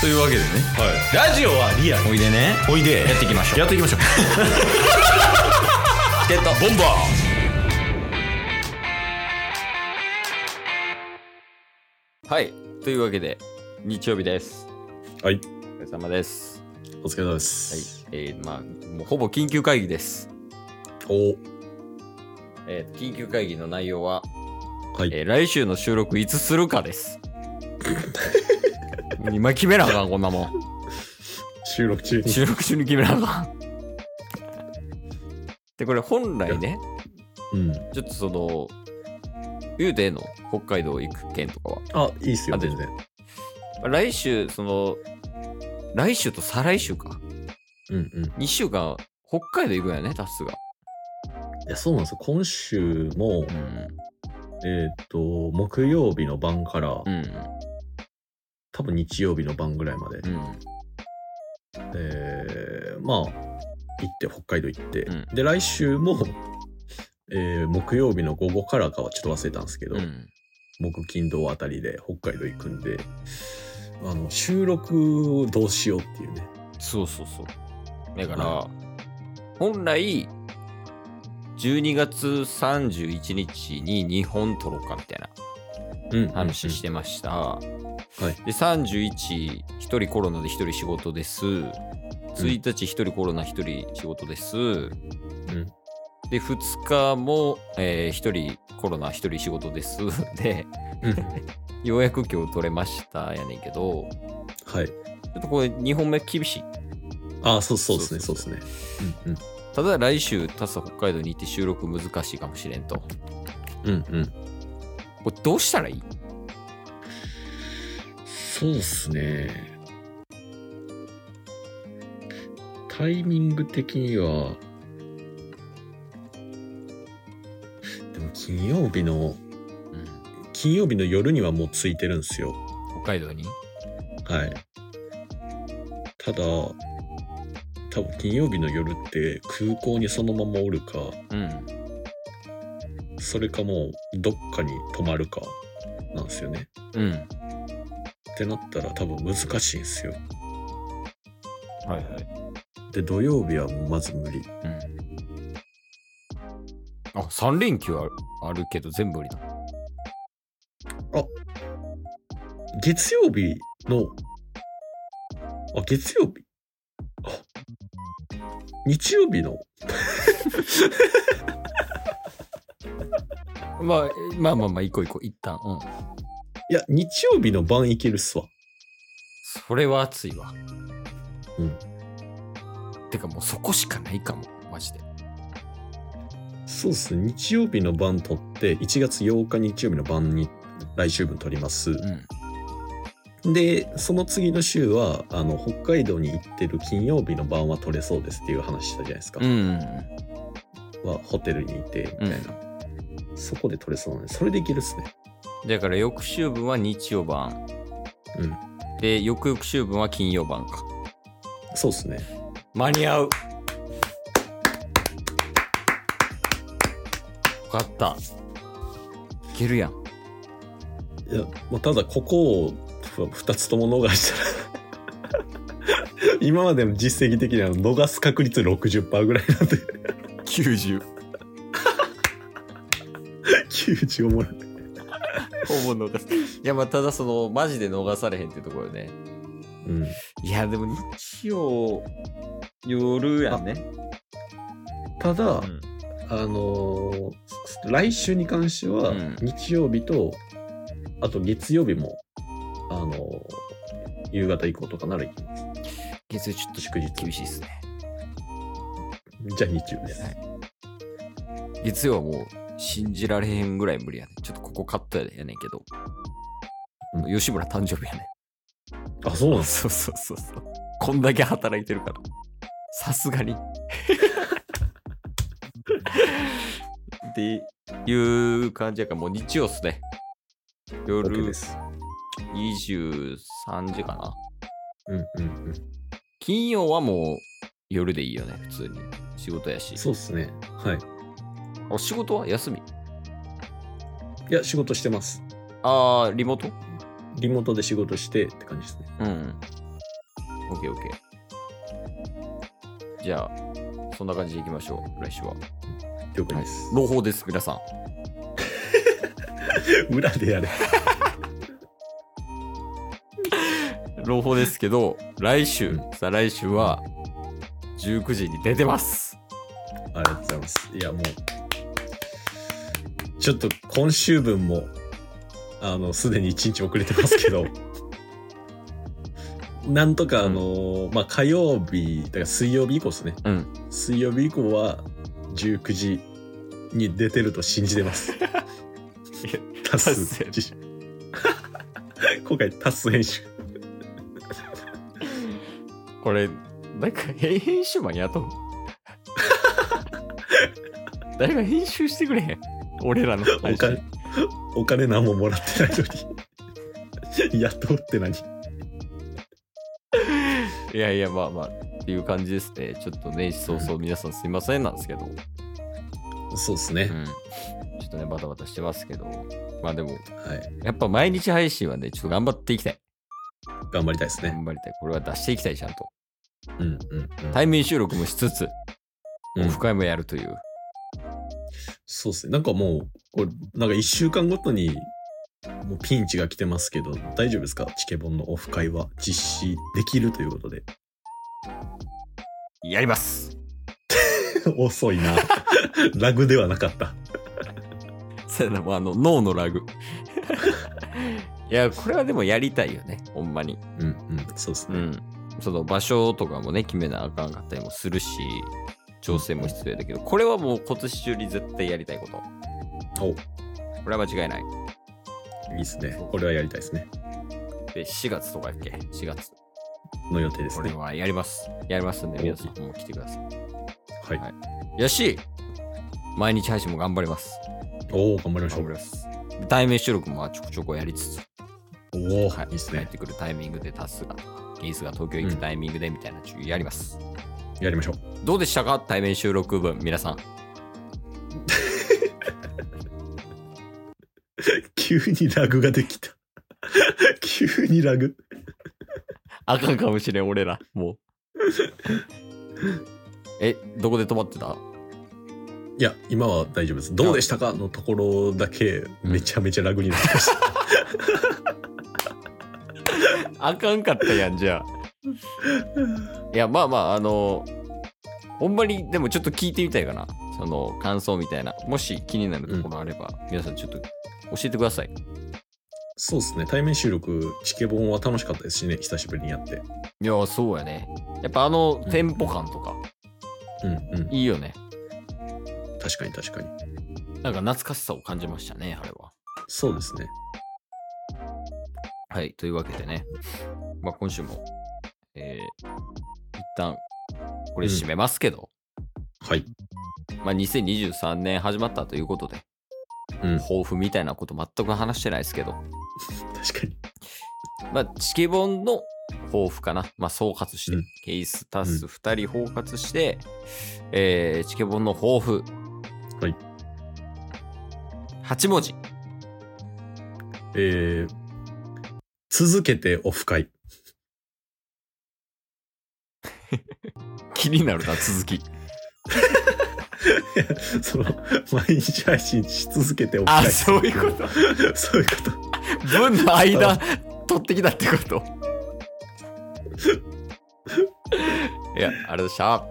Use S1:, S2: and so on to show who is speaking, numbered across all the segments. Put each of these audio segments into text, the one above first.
S1: というわけでね
S2: ラジオはリアル
S1: おいでね
S2: おいで
S1: やっていきましょう
S2: やってい きましょう
S1: チケットボンバーはいというわけで日曜日です
S2: はい
S1: お疲れ様です
S2: お疲れ様で
S1: はい
S2: す、
S1: えー、まあもうほぼ緊急会議です、えー、緊急会議の内容は、
S2: おはい、
S1: えー、来週の収録いつするかです 今決めなあかんこんなもん
S2: 収録中に
S1: 収録中に決めなあ かん。で、これ本来ね、
S2: うん
S1: ちょっとその、言うてええの北海道行く件とかは。
S2: あいいっすよ
S1: あで
S2: 全然
S1: まあ来週、その、来週と再来週か。
S2: うんうん
S1: 2
S2: い
S1: 週間、北海道行くんやね、タスが。
S2: やそうなんですよ今週
S1: う
S2: も
S1: ん。
S2: えーっと木曜日の晩から
S1: うん。
S2: 多分日曜日の晩ぐらいまで
S1: うん。
S2: えーまあ行って北海道行って、
S1: う
S2: で来週も、えー木曜日の午後からかはちょっと忘れたんですけど、
S1: うん。
S2: 木金土あたりで北海道行くんであの収録をどうしようっていうね
S1: そうそうそう。だから、本来、12月31日に2本撮ろうかみたいな。
S2: うん
S1: 話してました。
S2: はい
S1: で31、1人コロナで1人仕事です。1日、1人コロナ、1人仕事です。で、2日も、え1人コロナ、1人仕事です。 で、
S2: うんうん
S1: ようやく今日取れましたやねんけど、
S2: はい
S1: ちょっとこれ2本目厳しい。
S2: あそうそうですね
S1: そ
S2: そう
S1: そ
S2: うで
S1: う
S2: すねうん
S1: ただ来週、タスは北海道に行って収録難しいかもしれんと。
S2: うんうんうん
S1: これどうしたらいい
S2: そうですねタイミング的にはでも金曜日の金曜日の夜にはもうついてるんですよ
S1: 北海道に
S2: はい。ただ、多分金曜日の夜って空港にそのままおるか、
S1: うん。
S2: それかもうどっかに泊まるかなんですよね。
S1: うん。
S2: ってなったら多分難しいんですよ。
S1: はいはい。
S2: で、土曜日はもうまず無理。
S1: あ、3連休あるあるけど全部無理だ。
S2: 月曜日の、あ、月曜日あ、日曜日の、
S1: まあ、えまあまあまあ、行こう行こう、一旦。うん。
S2: いや、日曜日の晩行けるっすわ。
S1: それは熱いわ。
S2: うん。
S1: てかもうそこしかないかも、マジで。
S2: そうですね。日曜日の晩撮って、1月8日日曜日の晩に来週分撮ります。
S1: うん。
S2: でその次の週はあの北海道に行ってる金曜日の晩は取れそうですっていう話したじゃないですか、
S1: うん。
S2: はホテルにいてみたいな、そこで取れそうなんでそれでいけるっすね
S1: だから翌週分は日曜晩。
S2: うん
S1: で、翌々週分は金曜晩か。
S2: そうっすね
S1: 間に合う。よかった。いけるやん。
S2: いやもうただここを2つとも逃したら今までの実績的には逃す確率60%ぐらいなんで
S1: 90。
S2: 95もらう
S1: ほぼ逃す。いや、まあ、ただその、マジで逃されへんってところよね。
S2: うん
S1: いや、でも日曜、夜やんね。
S2: ただ、
S1: うん
S2: あのー来週に関しては
S1: うん
S2: 日曜日と、あと月曜日も、あのー夕方以降とかなら行きます。
S1: 月曜ちょっと
S2: 祝日
S1: 厳しいですね。
S2: じゃあ日曜日です。
S1: 月曜はもう信じられへんぐらい無理やね。ちょっとここカットやねんけど。
S2: う
S1: 吉村誕生日やね。
S2: あ、そうなんで
S1: そ
S2: す
S1: うそうそうそう。こんだけ働いてるから。さす がに。っていう感じやから、もう日曜っすね。夜
S2: OK で
S1: 23
S2: す。
S1: 時かな。
S2: うんうんうん。
S1: 金曜はもう夜でいいよね、普通に。仕事やし。
S2: そうですね。はい。
S1: お仕事は休み
S2: いや、仕事してます。
S1: ああ、リモート
S2: リモートで仕事してって感じですね。
S1: うん。オッケーオッケー。じゃあ、そんな感じでいきましょう、来週は。
S2: 了解です。
S1: 朗報です、皆さん。
S2: 裏でやれ。
S1: 朗報ですけど、来週、
S2: う
S1: さあ来週は、19時に出てます。
S2: ありがとうございます。いや、もう、ちょっと今週分も、あの、すでに1日遅れてますけど、 なんとか、あの、まあ、火曜日、だから水曜日以降ですね。
S1: うん。
S2: 水曜日以降は、19時に出てると信じてます。 多数
S1: 達成
S2: 自主 今回、多数編集。
S1: これ、なんか、へ編集マン雇 う誰が編集してくれへん俺らの配
S2: お金
S1: 信。、
S2: お金何ももらってないのに。 雇うって何
S1: いやいや、まあまあ、っていう感じですね。ちょっと年始早々、皆さんすいませんなんですけど。
S2: そうですね。
S1: うんちょっとね、バタバタしてますけど、まあでも、
S2: はい。
S1: やっぱ毎日配信はね、ちょっと頑張っていきたい。
S2: 頑張りたいですね。
S1: 頑張りたい。これは出していきたい、ちゃんと。
S2: うんうんうん。
S1: 対面収録もしつつ、
S2: うん
S1: オフ会もやるという。
S2: そうですね。なんかもう、これ、なんか一週間ごとに、もうピンチが来てますけど、大丈夫ですかチケボンのオフ会は実施できるということで。
S1: やります
S2: 遅いな。 ラグではなかった。
S1: それでもうあの、脳のラグ。 いや、これはでもやりたいよね、ほんまに。
S2: うんうん、そうです
S1: う
S2: ね。
S1: ん。その場所とかもね、決めなあかんかったりもするし、調整も必要だけど、これはもう今年中に絶対やりたいこと。
S2: お、い
S1: これは間違いない。
S2: いですね。これはやりたいですね。
S1: で、4月とかやっけ ?4 月。
S2: の予定です
S1: これ
S2: ね。
S1: はやります。やりますんで、皆さんもう来てください。
S2: はい。
S1: はいよし毎日配信も頑張ります。
S2: おお頑張りましょ
S1: 頑張り
S2: う。
S1: ます。対面収録もまあちょこちょこやりつつ、
S2: おお、、
S1: はい
S2: いです
S1: 帰っ
S2: ね。
S1: てくるタイミングでタスが、ケイスが東京行くタイミングでみたいな、ちょやります。
S2: やりましょう。
S1: どうでしたか対面収録分、皆さん。
S2: 急にラグができた。 急にラグ。
S1: あかんかもしれん、俺ら。も う。え、どこで止まってた
S2: いや、今は大丈夫です。どうでしたかのところだけ、めちゃめちゃラグになってました。
S1: あかんかったやん、じゃあ。いや、まあまあ、あの、ほんまに、でもちょっと聞いてみたいかな。その、感想みたいな。もし気になるところあれば、皆さんちょっと教えてください。
S2: そうですね。対面収録、チケボンは楽しかったですしね、久しぶりにやって。
S1: いや、そうやね。やっぱあの
S2: うん
S1: テンポ感とか、
S2: うんうん。
S1: いいよね。
S2: 確かに確かに。
S1: なんか懐かしさを感じましたね、あれは。
S2: そうですね。
S1: はい、というわけでね、まあ今週も、えー、一旦、これ締めますけど、
S2: はい。
S1: まあ2023年始まったということで、
S2: うん。
S1: 抱負みたいなこと全く話してないですけど、
S2: 確かに。
S1: まあ、チケボンの抱負かな。まあ、総括して、
S2: うん
S1: ケースタス2人包括して、えーチケボンの抱負。
S2: はい。
S1: 8文字。
S2: えー、続けてオフ会。
S1: 気になるな、続き。
S2: その、毎日配信し続けてオフ
S1: あ、
S2: 会。
S1: そういうこと。
S2: と。 そういうこ
S1: 文の間、取ってきたってこと。いや、あれでした。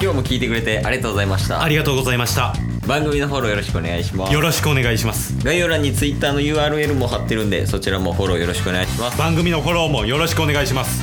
S1: 今日も聞いてくれてありがとうございました
S3: あ。りがとうございました。
S1: 番組のフォローよろしくお願いします
S3: よ。ろしくお願いします。
S1: 概要欄に Twitter の URL も貼ってるんで、そちらもフォローよろしくお願いします。
S3: 番組のフォローもよろしくお願いします。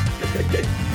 S3: す